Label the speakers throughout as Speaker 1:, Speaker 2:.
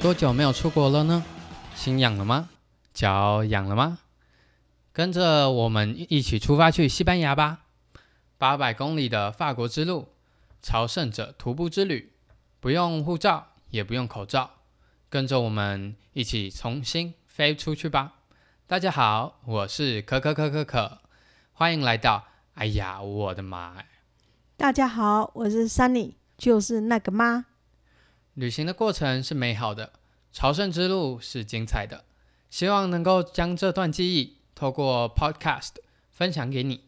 Speaker 1: 多久没有出国了呢？心痒了吗？脚痒了吗？跟着我们一起出发去西班牙吧！八百公里的法国之路，朝圣者徒步之旅，不用护照，也不用口罩，跟着我们一起重新飞出去吧！大家好，我是可可可可可，欢迎来到。哎呀，我的妈！
Speaker 2: 大家好，我是 Sunny，就是那个妈。
Speaker 1: 旅行的过程是美好的，朝圣之路是精彩的。希望能够将这段记忆透过 Podcast 分享给你。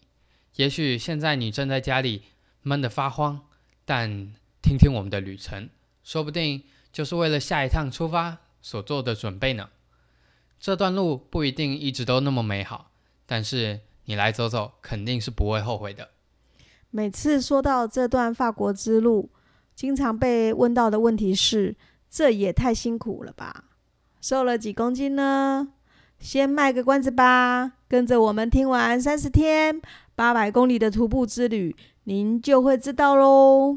Speaker 1: 也许现在你正在家里闷得发慌，但听听我们的旅程，说不定就是为了下一趟出发所做的准备呢。这段路不一定一直都那么美好，但是你来走走，肯定是不会后悔的。
Speaker 2: 每次说到这段法国之路，经常被问到的问题是：这也太辛苦了吧？瘦了几公斤呢？先卖个关子吧，跟着我们听完三十天、八百公里的徒步之旅，您就会知道喽。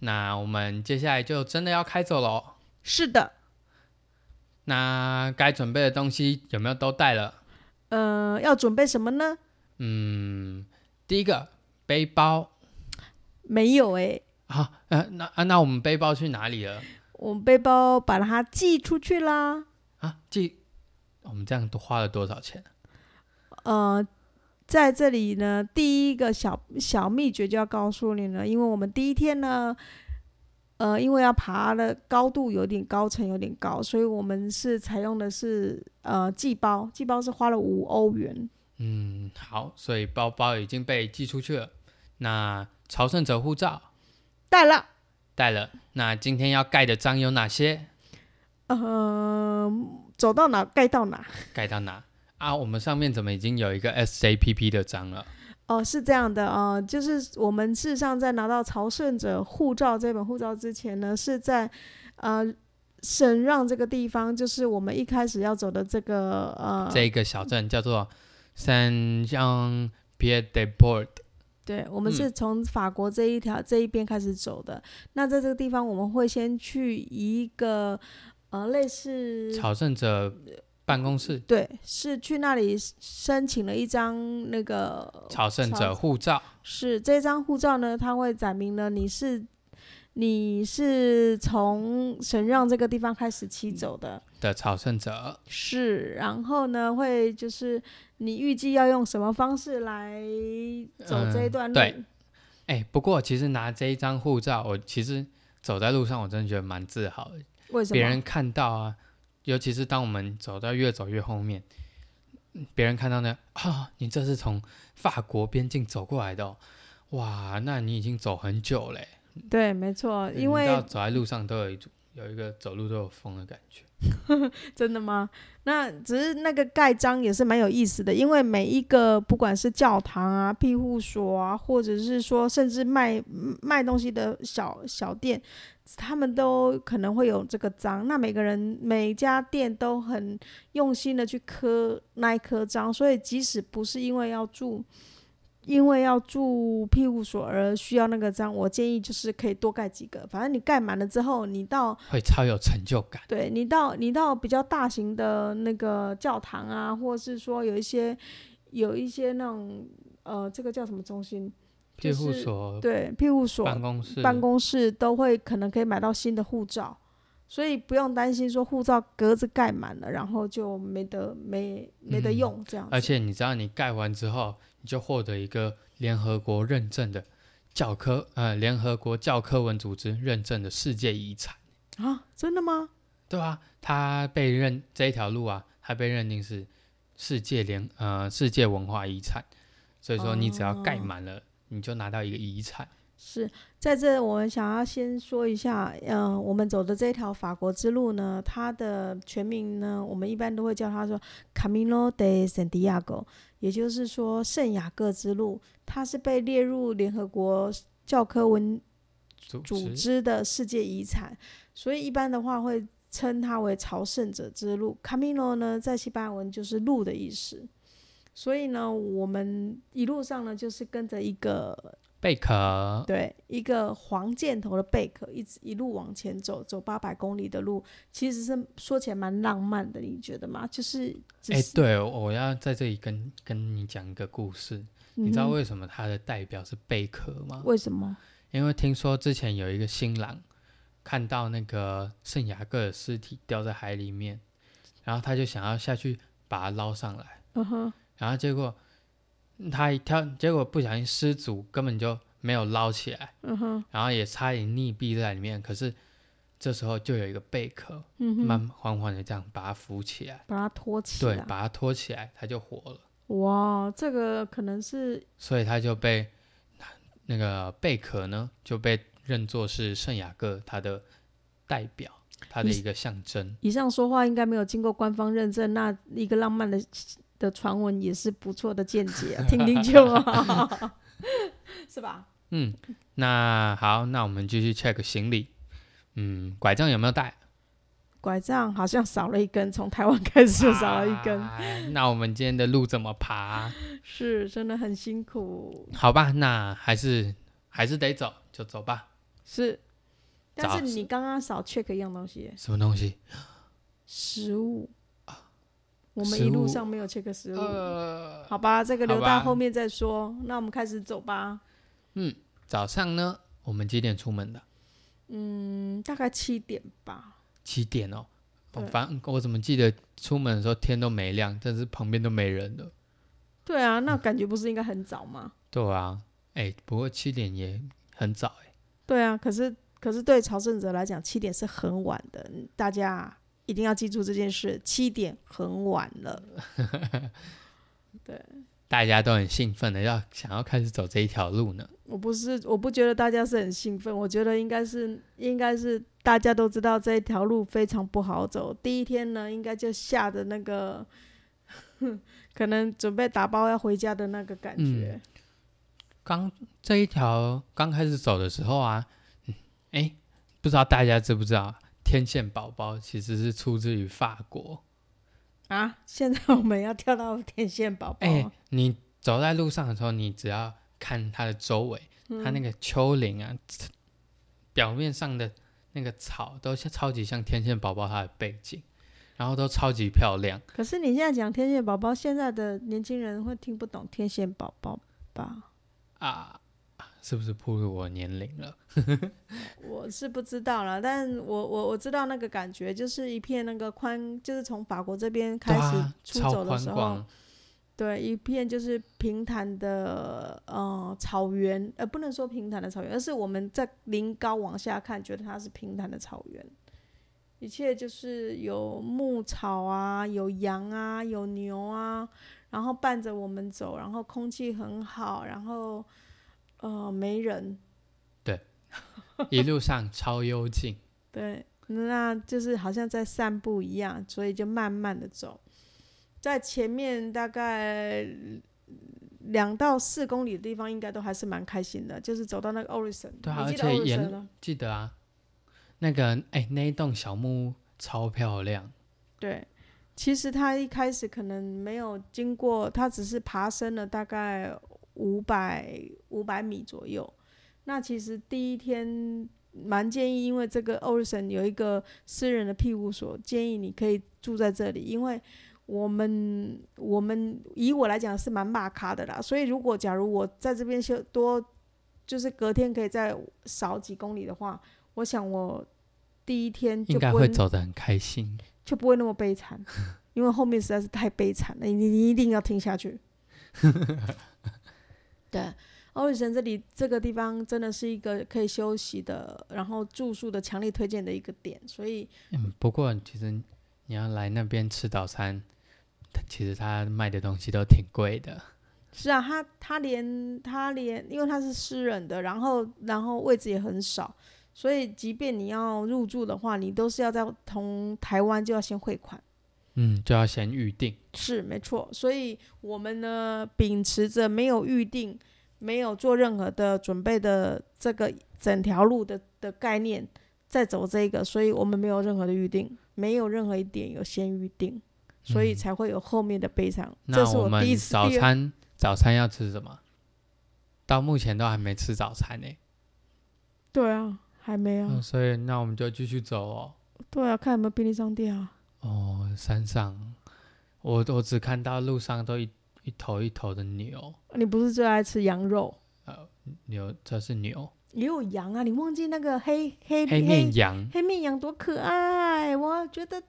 Speaker 1: 那我们接下来就真的要开走了哦。
Speaker 2: 是的，
Speaker 1: 那该准备的东西有没有都带了？
Speaker 2: 呃，要准备什么呢？
Speaker 1: 嗯，第一个背包
Speaker 2: 没有诶、
Speaker 1: 啊，呃，那啊，那我们背包去哪里了？
Speaker 2: 我们背包把它寄出去啦。
Speaker 1: 啊，这我们这样都花了多少钱？
Speaker 2: 呃，在这里呢，第一个小小秘诀就要告诉你了，因为我们第一天呢，呃，因为要爬的高度有点高，层有点高，所以我们是采用的是呃寄包，寄包是花了五欧元。
Speaker 1: 嗯，好，所以包包已经被寄出去了。那朝圣者护照
Speaker 2: 带了，
Speaker 1: 带了。那今天要盖的章有哪些？
Speaker 2: 呃，走到哪盖到哪。
Speaker 1: 盖到哪？啊，我们上面怎么已经有一个 SJPP 的章了？
Speaker 2: 哦，是这样的哦，就是我们事实上在拿到朝圣者护照这本护照之前呢，是在呃省让这个地方，就是我们一开始要走的这个呃，
Speaker 1: 这个小镇叫做三江 Pierre de Port。
Speaker 2: 对，我们
Speaker 1: 嗯
Speaker 2: 是从法国这一条、这一边开始走的。那在这个地方，我们会先去一个呃类似
Speaker 1: 朝圣者办公室、
Speaker 2: 对，是去那里申请了一张那个
Speaker 1: 朝圣者护照，
Speaker 2: 是这张护照呢，它会载明了你是你是从神让这个地方开始起
Speaker 1: 嗯
Speaker 2: 走的，
Speaker 1: 的朝圣者，
Speaker 2: 是，然后呢会就是你预计要用什么方式来走这一
Speaker 1: 嗯
Speaker 2: 段路，
Speaker 1: 对哎、不过其实拿这一张护照，我其实走在路上，我真的觉得蛮自豪的。
Speaker 2: 为什
Speaker 1: 别
Speaker 2: 么？
Speaker 1: 人看到啊，尤其是当我们走到越走越后面，嗯别人看到呢，啊、你这是从法国边境走过来的、哦，哇，那你已经走很久嘞。
Speaker 2: 对，没错，
Speaker 1: 你
Speaker 2: 因为
Speaker 1: 到走在路上都有一种有一个走路都有风的感觉。
Speaker 2: 真的吗？那只是那个盖章也是蛮有意思的，因为每一个不管是教堂啊、庇护所啊，或者是说甚至卖卖东西的小小店，他们都可能会有这个章。那每个人每家店都很用心的去刻那一颗章，所以即使不是因为要住。因为要住庇护所而需要那个章，我建议就是可以多盖几个。反正你盖满了之后，你到
Speaker 1: 会超有成就感。
Speaker 2: 对你到你到比较大型的那个教堂啊，或是说有一些有一些那种呃，这个叫什么中心？
Speaker 1: 庇
Speaker 2: 就
Speaker 1: 护
Speaker 2: 是
Speaker 1: 所、
Speaker 2: 对，庇护所、
Speaker 1: 办公室、
Speaker 2: 办公室都会可能可以买到新的护照，所以不用担心说护照格子盖满了，然后就没得没没得
Speaker 1: 嗯
Speaker 2: 用、这样子。
Speaker 1: 而且你知道，你盖完之后，你就获得一个联合国认证的教科呃联合国教科文组织认证的世界遗产，
Speaker 2: 啊，真的吗？
Speaker 1: 对啊，它被认这一条路啊，它被认定是世界联呃世界文化遗产，所以说你只要盖
Speaker 2: 哦
Speaker 1: 满了，你就拿到一个遗产。
Speaker 2: 是在这，我们想要先说一下，嗯、我们走的这条法国之路呢，它的全名呢，我们一般都会叫它说 Camino de Santiago，也就是说圣雅各之路，它是被列入联合国教科文
Speaker 1: 组
Speaker 2: 组
Speaker 1: 织
Speaker 2: 织的世界遗产，所以一般的话会称它为朝圣者之路。Camino 呢，在西班牙文就是路的意思，所以呢，我们一路上呢就是跟着一个
Speaker 1: 贝壳，
Speaker 2: 对，一个黄箭头的贝壳，一直一路往前走，走八百公里的路，其实是说起来蛮浪漫的，你觉得吗？就是，只
Speaker 1: 哎、
Speaker 2: 是
Speaker 1: 对，我要在这里跟跟你讲一个故事。你知道
Speaker 2: 嗯哼
Speaker 1: 为什么它的代表是贝壳吗？
Speaker 2: 为什么？
Speaker 1: 因为听说之前有一个新郎看到那个圣雅各的尸体掉在海里面，然后他就想要下去把它捞上来，
Speaker 2: 嗯哼，
Speaker 1: 然后结果他一跳，结果不小心失足，根本就没有捞起来，
Speaker 2: 嗯哼，
Speaker 1: 然后也差点溺毙在里面。可是这时候就有一个贝壳，
Speaker 2: 嗯哼，
Speaker 1: 慢缓缓的这样把它扶起来，
Speaker 2: 把它托起
Speaker 1: 对，
Speaker 2: 来。
Speaker 1: 把它托起来，它就活了。
Speaker 2: 哇，这个可能是
Speaker 1: 所以他就被那个贝壳呢就被认作是圣雅各他的代表，他的
Speaker 2: 你
Speaker 1: 一个象征。
Speaker 2: 以上说话应该没有经过官方认证，那一个浪漫的的传闻也是不错的见解，啊听听就 好，是吧？
Speaker 1: 嗯，那好，那我们继续 check 行李。嗯，拐杖有没有带？
Speaker 2: 拐杖好像少了一根，从台湾开始就少了一根，
Speaker 1: 啊那我们今天的路怎么爬？
Speaker 2: 是真的很辛苦，
Speaker 1: 好吧，那还是还是得走，就走吧。
Speaker 2: 是。但
Speaker 1: 早
Speaker 2: 是你刚刚少 check 一样东西，
Speaker 1: 什么东西？
Speaker 2: 食物。我们
Speaker 1: 食
Speaker 2: 一路
Speaker 1: 物
Speaker 2: 上没有 check 食物，
Speaker 1: 呃，
Speaker 2: 好吧，这个留
Speaker 1: 好
Speaker 2: 到
Speaker 1: 吧
Speaker 2: 后面再说。那我们开始走吧。
Speaker 1: 早上呢？我们几点出门的？
Speaker 2: 嗯，大概七点吧。
Speaker 1: 七点哦。我
Speaker 2: 对
Speaker 1: 反我怎么记得出门的时候天都没亮，但是旁边都没人了。
Speaker 2: 对啊，那感觉不是应该很早吗？
Speaker 1: 对啊，哎、不过七点也很早哎、
Speaker 2: 对啊，可是可是对朝圣者来讲，七点是很晚的，大家一定要记住这件事，七点很晚了。
Speaker 1: 大家都很兴奋的要想要开始走这一条路呢。
Speaker 2: 我不是，我不觉得大家是很兴奋，我觉得应该是，应该是大家都知道这一条路非常不好走。第一天呢，应该就吓得那个，可能准备打包要回家的那个感
Speaker 1: 嗯
Speaker 2: 觉。
Speaker 1: 刚这一条刚开始走的时候啊，嗯，哎、不知道大家知不知道，天线宝宝其实是出自于法国。
Speaker 2: 啊！现在我们要跳到 天线宝宝，
Speaker 1: 哎、你走在路上的时候，你只要看它的周围，它那个丘陵啊，表面上的那个草都像超级像天线宝宝它的背景，然后都超级漂亮。
Speaker 2: 可是你现在讲天线宝宝，现在的年轻人会听不懂天线宝宝吧？
Speaker 1: 啊，是不是暴露我年龄了？
Speaker 2: 我是不知道啦，但我我我知道那个感觉，就是一片那个宽，就是从法国这边开
Speaker 1: 对
Speaker 2: 始
Speaker 1: 啊，
Speaker 2: 出
Speaker 1: 超
Speaker 2: 走的
Speaker 1: 宽
Speaker 2: 时候，
Speaker 1: 广，
Speaker 2: 对，一片就是平坦的呃草原，呃不能说平坦的草原，而是我们在临高往下看，觉得它是平坦的草原。一切就是有牧草啊，有羊啊，有牛啊，然后伴着我们走，然后空气很好，然后呃没人，
Speaker 1: 一路上超幽静。
Speaker 2: 对，那就是好像在散步一样，所以就慢慢的走，在前面大概两到四公里的地方，应该都还是蛮开心的，就是走到那个 Orison，
Speaker 1: 对啊
Speaker 2: 你记得
Speaker 1: 而且
Speaker 2: Orison
Speaker 1: 沿
Speaker 2: 了？
Speaker 1: 记得啊，那个哎、那一栋小木屋超漂亮，
Speaker 2: 对，其实他一开始可能没有经过，他只是爬升了大概五百五百米左右。那其实第一天蛮建议，因为这个 Orison 有一个私人的庇护所，建议你可以住在这里，因为。我们我们以我来讲是蛮马卡的啦，所以如果假如我在这边休多，就是隔天可以再少几公里的话，我想我第一天就
Speaker 1: 应该
Speaker 2: 不
Speaker 1: 会走得很开心。
Speaker 2: 就不会那么悲惨，因为后面实在是太悲惨了，你你一定要听下去。 对，欧日神这里这个地方真的是一个可以休息的，然后住宿的强烈推荐的一个点，所以
Speaker 1: 嗯，不过其实你要来那边吃早餐，它其实他卖的东西都挺贵的。
Speaker 2: 是啊，他他连他连，因为他是私人的，然后然后位置也很少，所以即便你要入住的话，你都是要在从台湾就要先汇款。
Speaker 1: 嗯，就要先预定。
Speaker 2: 是没错，所以我们呢秉持着没有预定、没有做任何的准备的这个整条路的的概念，在走这个，所以我们没有任何的预定，没有任何一点有先预定，所以
Speaker 1: 嗯
Speaker 2: 才会有后面的悲伤。这
Speaker 1: 那
Speaker 2: 是
Speaker 1: 我们
Speaker 2: 第一次
Speaker 1: 早
Speaker 2: 第二
Speaker 1: 餐早餐要吃什么？到目前都还没吃早餐呢、
Speaker 2: 对啊，还没啊，
Speaker 1: 嗯，所以那我们就继续走哦。
Speaker 2: 对啊，看有没有便利商店啊。
Speaker 1: 哦，山上，我我只看到路上都一一头一头的牛，
Speaker 2: 你不是最爱吃羊肉？
Speaker 1: 牛这是牛，
Speaker 2: 也有羊啊，你忘记那个黑黑
Speaker 1: 黑面羊，
Speaker 2: 黑面羊多可爱！我觉得，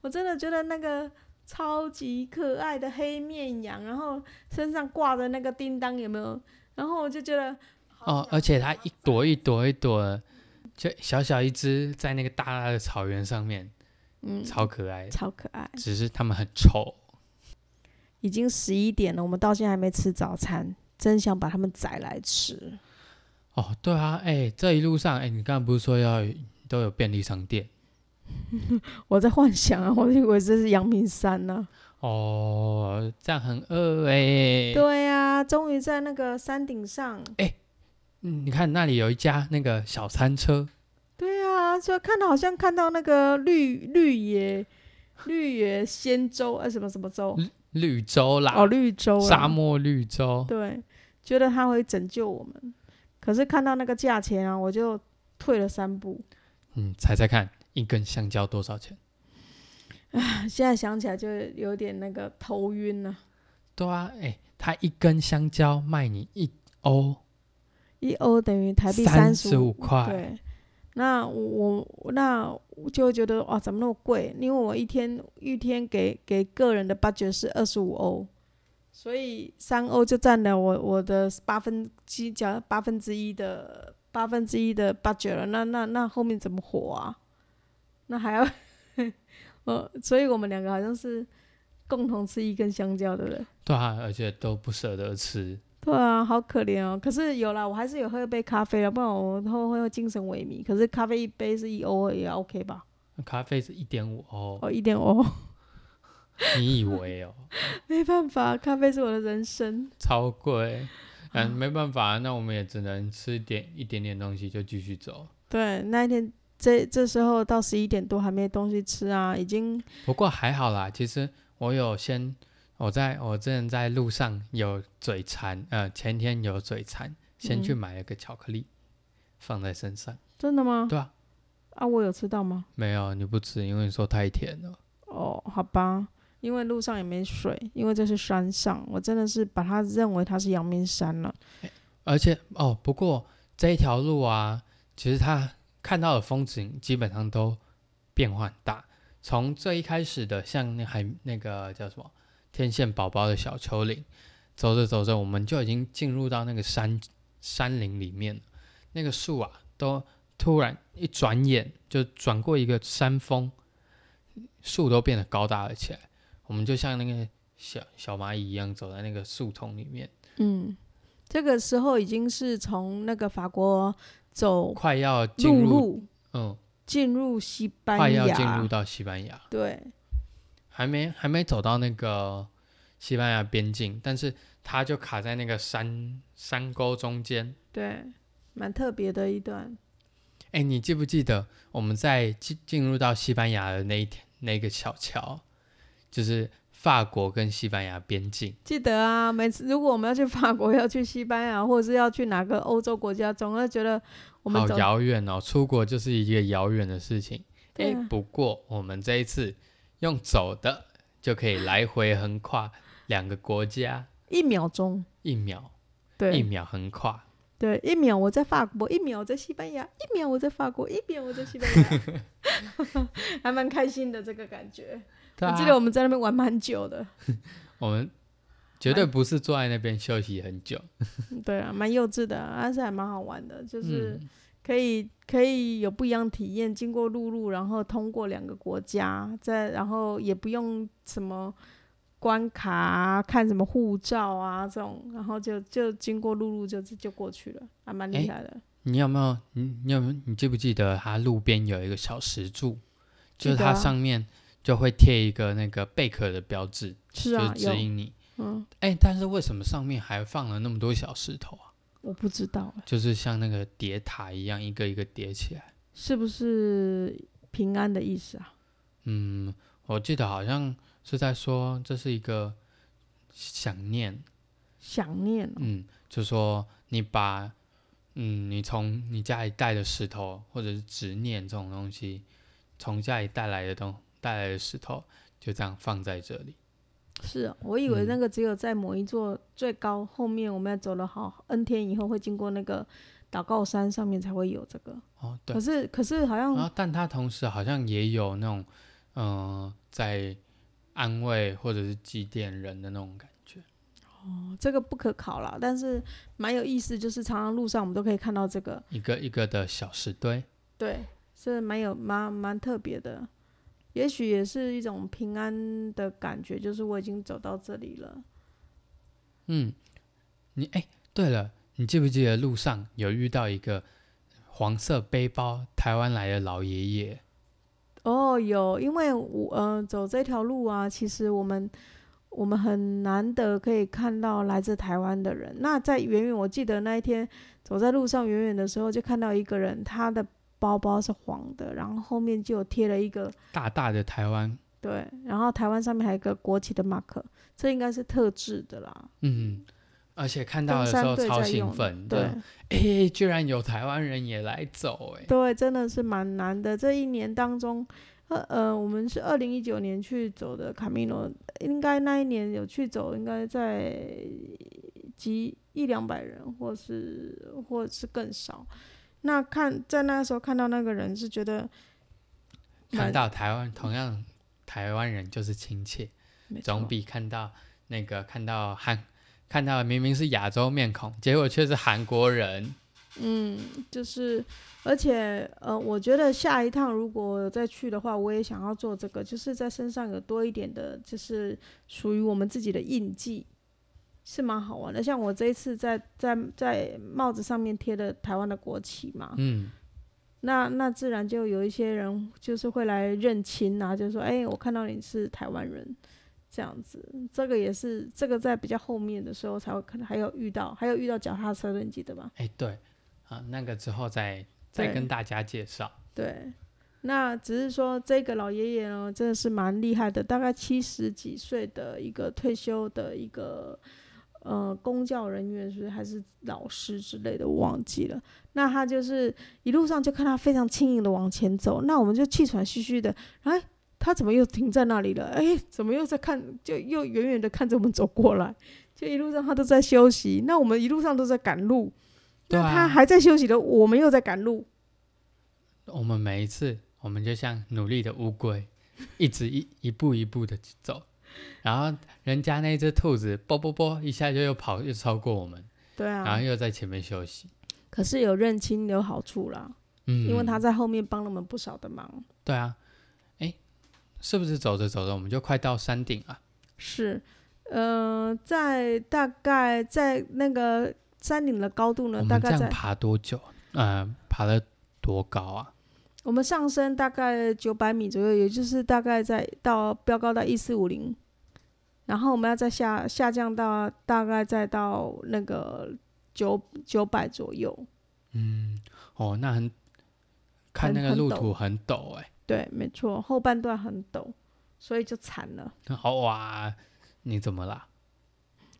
Speaker 2: 我真的觉得那个超级可爱的黑面羊，然后身上挂着那个叮当，有没有？然后我就觉得，
Speaker 1: 哦，而且它一朵一朵一朵的，就小小一只，在那个大大的草原上面，
Speaker 2: 嗯，
Speaker 1: 超可爱的。
Speaker 2: 超可爱。
Speaker 1: 只是它们很丑，
Speaker 2: 已经十一点了，我们到现在还没吃早餐，真想把它们宰来吃。
Speaker 1: 哦，对啊，哎、这一路上，哎、你刚刚不是说要都有便利商店？
Speaker 2: 我在幻想啊，我以为这是阳明山呢、
Speaker 1: 哦，这样很饿哎、
Speaker 2: 对呀、终于在那个山顶上。
Speaker 1: 嗯，你看那里有一家那个小餐车，
Speaker 2: 对啊，就看到好像看到那个绿绿野绿野仙洲，呃，什么什么洲？
Speaker 1: 绿洲啦，
Speaker 2: 哦，绿洲啦
Speaker 1: 沙。漠绿洲。
Speaker 2: 对，觉得他会拯救我们，可是看到那个价钱啊，我就退了三步。
Speaker 1: 嗯，猜猜看，一根香蕉多少钱？
Speaker 2: 现在想起来就有点那个头晕了、
Speaker 1: 对啊，哎、它一根香蕉卖你一欧
Speaker 2: 一欧等于台币
Speaker 1: 三
Speaker 2: 十
Speaker 1: 五块，
Speaker 2: 对，那我我那我就会觉得哇，怎么那么贵？因为我一天一天给给个人的 budget 是二十五欧，所以三欧就占了我我的八分之讲八分之一的八分之一的 budget 了。那那那后面怎么活啊？那还要 呃，所以我们两个好像是共同吃一根香蕉，对不对？
Speaker 1: 对啊，而且都不舍得吃。
Speaker 2: 对啊，好可怜哦。可是有啦，我还是有喝一杯咖啡了，不然我后会精神萎靡。可是咖啡一杯是一欧也 OK 吧？
Speaker 1: 咖啡是一点五欧，
Speaker 2: 哦，一点欧，
Speaker 1: 你以为哦，
Speaker 2: 没办法，咖啡是我的人生。
Speaker 1: 超贵。嗯，没办法，那我们也只能吃一点一点点东西就继续走。
Speaker 2: 对，那一天这这时候到十一点多还没东西吃啊，已经
Speaker 1: 不过还好啦，其实我有先，我在我之前在路上有嘴馋，呃，前天有嘴馋，先
Speaker 2: 嗯
Speaker 1: 去买了个巧克力，放在身上。
Speaker 2: 真的吗？
Speaker 1: 对啊，
Speaker 2: 啊，我有吃到吗？
Speaker 1: 没有你不吃，因为你说太甜了。
Speaker 2: 哦，好吧，因为路上也没水，因为这是山上，我真的是把它认为它是阳明山了。
Speaker 1: 而且哦，不过这一条路啊，其实它看到的风景基本上都变化很大。从最一开始的像那还那个叫什么天线宝宝的小丘陵，走着走着，我们就已经进入到那个山山林里面了。那个树啊，都突然一转眼就转过一个山峰，树都变得高大了起来。我们就像那个小小蚂蚁一样走在那个树丛里面，
Speaker 2: 嗯，这个时候已经是从那个法国走
Speaker 1: 快要进
Speaker 2: 陆
Speaker 1: 入
Speaker 2: 路。
Speaker 1: 嗯
Speaker 2: 进入西班
Speaker 1: 快
Speaker 2: 牙，
Speaker 1: 要进入到西班牙，
Speaker 2: 对，
Speaker 1: 还没还没走到那个西班牙边境，但是它就卡在那个山山沟中间。
Speaker 2: 对，蛮特别的一段。
Speaker 1: 哎，你记不记得我们在进进入到西班牙的那一天那个小桥，就是法国跟西班牙边境？
Speaker 2: 记得啊，每次如果我们要去法国、要去西班牙，或者是要去哪个欧洲国家，总会觉得我们
Speaker 1: 好
Speaker 2: 走
Speaker 1: 遥远哦，出国就是一个遥远的事情。哎、
Speaker 2: 对啊
Speaker 1: 不过我们这一次用走的就可以来回横跨两个国家，
Speaker 2: 一秒钟，
Speaker 1: 一秒一
Speaker 2: 对
Speaker 1: 秒横跨。
Speaker 2: 对，一秒我在法国，一秒我在西班牙，一秒我在法国，一秒我在西班牙， 还蛮开心的这个感觉。
Speaker 1: 对
Speaker 2: 我
Speaker 1: 啊
Speaker 2: 记得我们在那边玩蛮久的，
Speaker 1: 我们绝对不是坐在那边休息很久，
Speaker 2: 对啊，蛮幼稚的，但是还蛮好玩的，就是。
Speaker 1: 嗯，
Speaker 2: 可以可以有不一样体验，经过陆路，然后通过两个国家，再然后也不用什么关卡啊，看什么护照啊这种，然后就就经过陆路就就过去了，还蛮厉害的。
Speaker 1: 你有没有？你你有没有？你记不记得它路边有一个小石柱，就
Speaker 2: 记得
Speaker 1: 是
Speaker 2: 啊
Speaker 1: 它上面就会贴一个那个贝壳的标志，
Speaker 2: 是啊，
Speaker 1: 就是指
Speaker 2: 有
Speaker 1: 引你。
Speaker 2: 嗯，
Speaker 1: 哎、但是为什么上面还放了那么多小石头啊？
Speaker 2: 我不知道欸
Speaker 1: 就是像那个叠塔一样，一个一个叠起来。
Speaker 2: 是不是平安的意思啊？
Speaker 1: 嗯，我记得好像是在说这是一个想念，
Speaker 2: 想念哦、
Speaker 1: 嗯，就说你把嗯，你从你家里带的石头或者是执念这种东西，从家里带来的东带来的石头，就这样放在这里。
Speaker 2: 是哦我以为
Speaker 1: 嗯
Speaker 2: 那个只有在某一座最高后面，我们要走了好 N 天以后会经过那个祷告山上面才会有这个。
Speaker 1: 哦，对啊
Speaker 2: 可。是可是好像、
Speaker 1: 然后，但它同时好像也有那种，嗯、在安慰或者是祭奠人的那种感觉。
Speaker 2: 哦这个不可考啦，但是蛮有意思，就是常常路上我们都可以看到这个，
Speaker 1: 一个一个的小石堆，
Speaker 2: 对，是蛮有蛮蛮特别的。也许也是一种平安的感觉，就是我已经走到这里了。
Speaker 1: 嗯，你哎，对了，你记不记得路上有遇到一个黄色背包台湾来的老爷爷？
Speaker 2: 哦，有，因为我呃走这条路啊，其实我们我们很难得可以看到来自台湾的人。那在远远，我记得那一天走在路上远远的时候，就看到一个人，他的包包是黄的，然后后面就有贴了一个
Speaker 1: 大大的台湾，
Speaker 2: 对，然后台湾上面还有一个国旗的马克，这应该是特制的啦。
Speaker 1: 嗯，而且看到的
Speaker 2: 登
Speaker 1: 时
Speaker 2: 山
Speaker 1: 候
Speaker 2: 队
Speaker 1: 超
Speaker 2: 在
Speaker 1: 兴
Speaker 2: 用的
Speaker 1: 奋，
Speaker 2: 对
Speaker 1: 的，哎，居然有台湾人也来走，哎，
Speaker 2: 对，真的是蛮难的。这一年当中，呃呃，我们是二零一九年去走的卡米诺，应该那一年有去走，应该在几一两百人，或是或是更少。那看在那时候看到那个人，是觉得
Speaker 1: 看
Speaker 2: 蛮
Speaker 1: 到台湾同样台湾人就是亲切，
Speaker 2: 没
Speaker 1: 总
Speaker 2: 错
Speaker 1: 比看到那个看到韩看到明明是亚洲面孔，结果却是韩国人，
Speaker 2: 嗯，就是，而且呃，我觉得下一趟如果我再去的话，我也想要做这个，就是在身上有多一点的，就是属于我们自己的印记，是蛮好玩的。像我这一次在在在帽子上面贴了台湾的国旗嘛，
Speaker 1: 嗯，
Speaker 2: 那那自然就有一些人就是会来认亲啊，就说哎、我看到你是台湾人。这样子，这个也是这个在比较后面的时候才会可能还有遇到，还有遇到脚踏车的，你记得吧？
Speaker 1: 哎，对，啊，那个之后再再
Speaker 2: 对
Speaker 1: 跟大家介绍。
Speaker 2: 对，那只是说这个老爷爷呢，真的是蛮厉害的，大概七十几岁的一个退休的一个呃公教人员，是不是还是老师之类的，我忘记了。那他就是一路上就看他非常轻盈的往前走，那我们就气喘吁吁的，哎，他怎么又停在那里了？哎，怎么又在看，就又远远的看着我们走过来。就一路上他都在休息，那我们一路上都在赶路，
Speaker 1: 对
Speaker 2: 那他
Speaker 1: 啊
Speaker 2: 还在休息的，我们又在赶路，
Speaker 1: 我们每一次，我们就像努力的乌龟，一直一一步一步的走，然后人家那只兔子啵啵啵一下就又跑又超过我们，
Speaker 2: 对啊，
Speaker 1: 然后又在前面休息。
Speaker 2: 可是有认清有好处啦，
Speaker 1: 嗯，
Speaker 2: 因为他在后面帮了我们不少的忙。
Speaker 1: 对啊，哎，是不是走着走着我们就快到山顶啊了？
Speaker 2: 是，呃，在大概在那个山顶的高度
Speaker 1: 我
Speaker 2: 呢，大
Speaker 1: 们这
Speaker 2: 概
Speaker 1: 样
Speaker 2: 在
Speaker 1: 爬多久？呃，爬了多高啊？
Speaker 2: 我们上升大概九百米左右，也就是大概在到标高到一四五零，然后我们要再下下降到大概再到那个九九百左右。
Speaker 1: 嗯，哦，那很看
Speaker 2: 很
Speaker 1: 那个
Speaker 2: 很
Speaker 1: 路
Speaker 2: 陡
Speaker 1: 途很陡哎、
Speaker 2: 对，没错，后半段很陡，所以就惨了。
Speaker 1: 好哇，你怎么啦？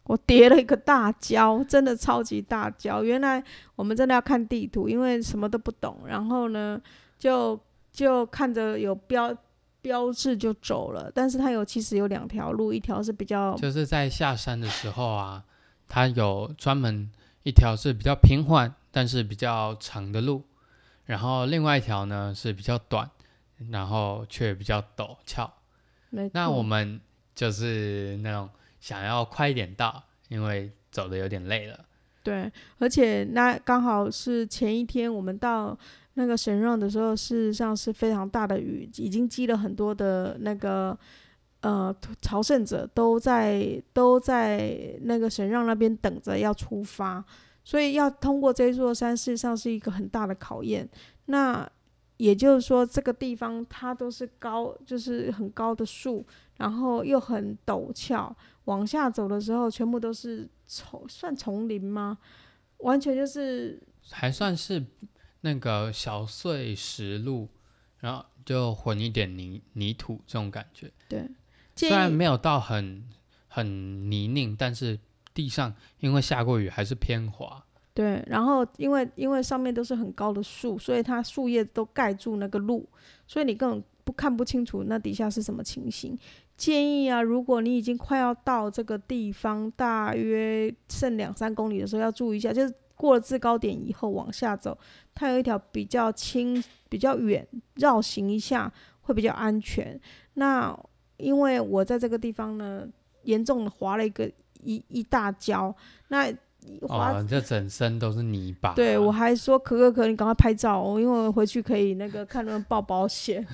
Speaker 2: 我叠了一个大跤，真的超级大跤。原来我们真的要看地图，因为什么都不懂。然后呢，就就看着有标标志就走了。但是它有其实有两条路，一条是比较
Speaker 1: 就是在下山的时候啊，它有专门一条是比较平缓，但是比较长的路，然后另外一条呢是比较短，然后却比较陡峭。
Speaker 2: 没
Speaker 1: 那
Speaker 2: 错
Speaker 1: 我们就是那种想要快一点到，因为走的有点累了。
Speaker 2: 对，而且那刚好是前一天我们到那个神让的时候，事实上是非常大的雨，已经积了很多的那个呃朝圣者都在都在那个神让那边等着要出发，所以要通过这座山，事实上是一个很大的考验。那也就是说，这个地方它都是高，就是很高的树，然后又很陡峭，往下走的时候全部都是丛，算丛林吗？完全就是
Speaker 1: 还算是那个小碎石路，然后就混一点泥泥土这种感觉。
Speaker 2: 对，
Speaker 1: 虽
Speaker 2: 建
Speaker 1: 然
Speaker 2: 议
Speaker 1: 没有到很很泥泞，但是地上因为下过雨还是偏滑。
Speaker 2: 对，然后因为因为上面都是很高的树，所以它树叶都盖住那个路，所以你根本不看不清楚那底下是什么情形。建议啊，如果你已经快要到这个地方，大约剩两三公里的时候，要注意一下，就是过了制高点以后往下走，它有一条比较轻、比较远，绕行一下会比较安全。那因为我在这个地方呢，严重的滑了一个一一大跤，那滑
Speaker 1: 哦，你这整身都是泥巴。
Speaker 2: 对，我还说可可可，你赶快拍照、哦，因为我回去可以那个看能不能报保险。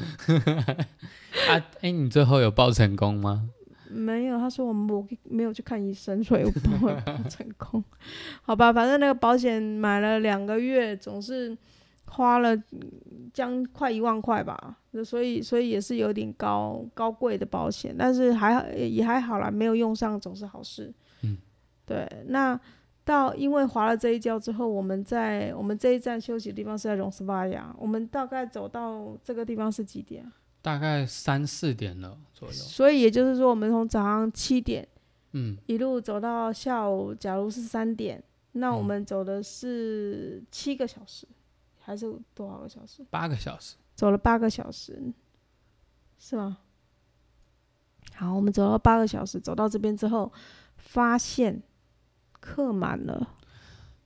Speaker 1: 啊，哎、你最后有报成功吗？
Speaker 2: 没有，他说我们我没有去看医生，所以我不会报成功。好吧，反正那个保险买了两个月，总是花了嗯将快一万块吧，那所以所以也是有点高高贵的保险，但是还好也还好啦，没有用上总是好事。
Speaker 1: 嗯，
Speaker 2: 对。那到因为划了这一跤之后，我们在我们这一站休息的地方是在荣斯巴雅，我们大概走到这个地方是几点啊？
Speaker 1: 大概三四点了左右。
Speaker 2: 所以也就是说，我们从早上七点。
Speaker 1: 嗯，
Speaker 2: 一路走到下午，假如是三点，那
Speaker 1: 嗯
Speaker 2: 我们走的是七个小时，还是多少个小时？
Speaker 1: 八个小时。
Speaker 2: 走了八个小时，是吗？好，我们走了八个小时，走到这边之后，发现客满了。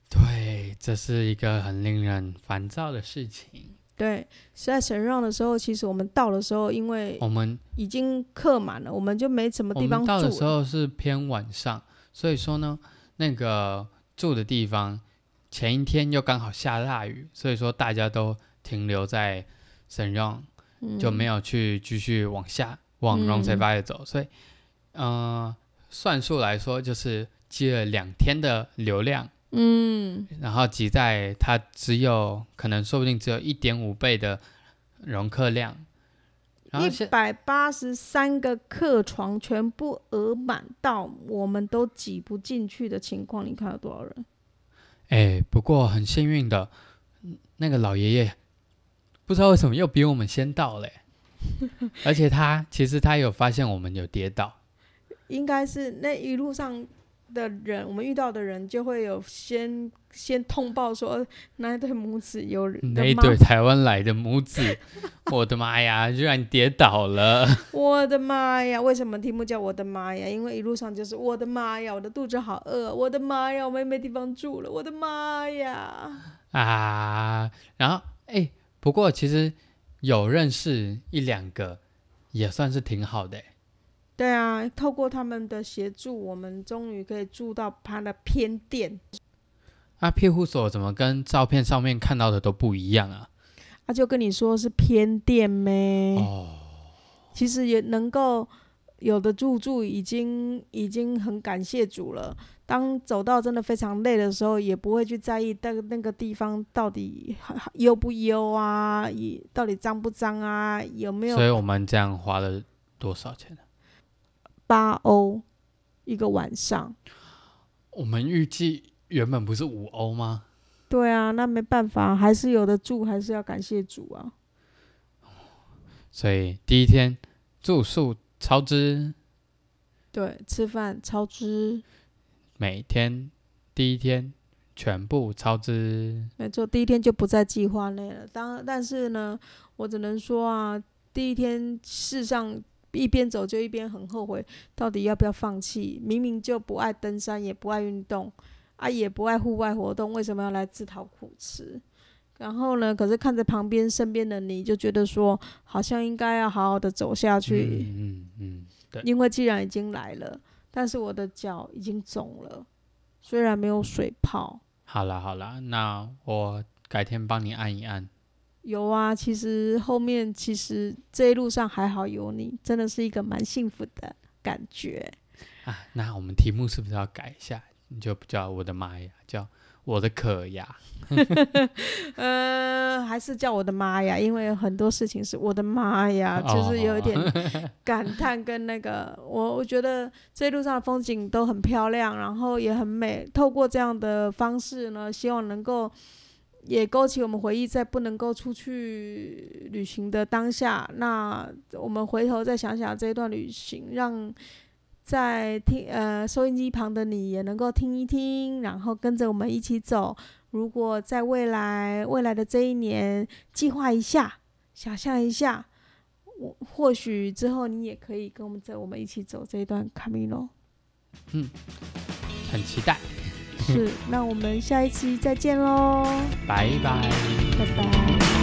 Speaker 1: 对，这是一个很令人烦躁的事情。
Speaker 2: 对，是在神让的时候，其实我们到的时候，因为
Speaker 1: 我们
Speaker 2: 已经客满了，我们就没什么
Speaker 1: 哦我
Speaker 2: 地方
Speaker 1: 们
Speaker 2: 住
Speaker 1: 到的时
Speaker 2: 了。
Speaker 1: 候是偏晚上，所以说呢，那个住的地方前一天又刚好下大雨，所以说大家都停留在沈让，就
Speaker 2: 嗯
Speaker 1: 没有去继续往下往 r o n g s e v a 走，所以，嗯，算数来说就是积了两天的流量，
Speaker 2: 嗯，
Speaker 1: 然后挤在它只有可能说不定只有一点五倍的容客量，然后
Speaker 2: 一
Speaker 1: 现
Speaker 2: 百八十三个客床全部额满到我们都挤不进去的情况，你看有多少人？
Speaker 1: 哎，不过很幸运的，嗯那个老爷爷不知道为什么又比我们先到嘞，而且他其实他有发现我们有跌倒，
Speaker 2: 应该是那一路上的人，我们遇到的人就会有先先通报说呃那一对母子有人
Speaker 1: 嗯那一对台湾来的母子，我的妈呀，居然跌倒了。
Speaker 2: 我的妈呀！为什么题目叫我的妈呀？因为一路上就是我的妈呀，我的肚子好饿，我的妈呀，我们也没地方住了，我的妈呀！
Speaker 1: 啊，然后哎、不过其实有认识一两个，也算是挺好的欸。
Speaker 2: 对啊，透过他们的协助，我们终于可以住到他的偏殿。
Speaker 1: 啊，庇护所怎么跟照片上面看到的都不一样啊？
Speaker 2: 他就跟你说是偏店咩？
Speaker 1: 哦，
Speaker 2: 其实也能够有的入住，已经已经很感谢主了。当走到真的非常累的时候，也不会去在意那个那个地方到底 幽不幽啊，也到底脏不脏啊，有没
Speaker 1: 所以
Speaker 2: 有
Speaker 1: 我们这样花了多少钱呢？啊
Speaker 2: 八欧一个晚上。
Speaker 1: 我们预计原本不是五欧吗？
Speaker 2: 对啊，那没办法，还是有的住，还是要感谢主啊。
Speaker 1: 所以第一天住宿超支，
Speaker 2: 对，吃饭超支，
Speaker 1: 每天第一天全部超支。
Speaker 2: 没错，第一天就不在计划内了。当但是呢，我只能说啊，第一天事实上一边走就一边很后悔，到底要不要放弃？明明就不爱登山，也不爱运动，啊，也不爱户外活动，为什么要来自讨苦吃？然后呢，可是看着旁边身边的你，就觉得说，好像应该要好好的走下去，
Speaker 1: 嗯嗯嗯，对，
Speaker 2: 因为既然已经来了，但是我的脚已经肿了，虽然没有水泡。
Speaker 1: 好啦好啦，那我改天帮你按一按。
Speaker 2: 有啊，其实后面其实这一路上还好有你，真的是一个蛮幸福的感觉。
Speaker 1: 啊，那我们题目是不是要改一下？你就不叫我的妈呀，叫我的可呀。
Speaker 2: 呃，还是叫我的妈呀，因为很多事情是我的妈呀，
Speaker 1: 哦
Speaker 2: 就是有一点感叹跟那个，我我觉得这一路上的风景都很漂亮，然后也很美。透过这样的方式呢，希望能够也勾起我们回忆，在不能够出去旅行的当下，那我们回头再想想这一段旅行，让在听呃收音机旁的你也能够听一听，然后跟着我们一起走。如果在未来未来的这一年，计划一下，想象一下，我或许之后你也可以跟我们在我们一起走这一段 Camino。
Speaker 1: 很期待，
Speaker 2: 是，那我们下一期再见喽，
Speaker 1: 拜拜。
Speaker 2: 拜拜。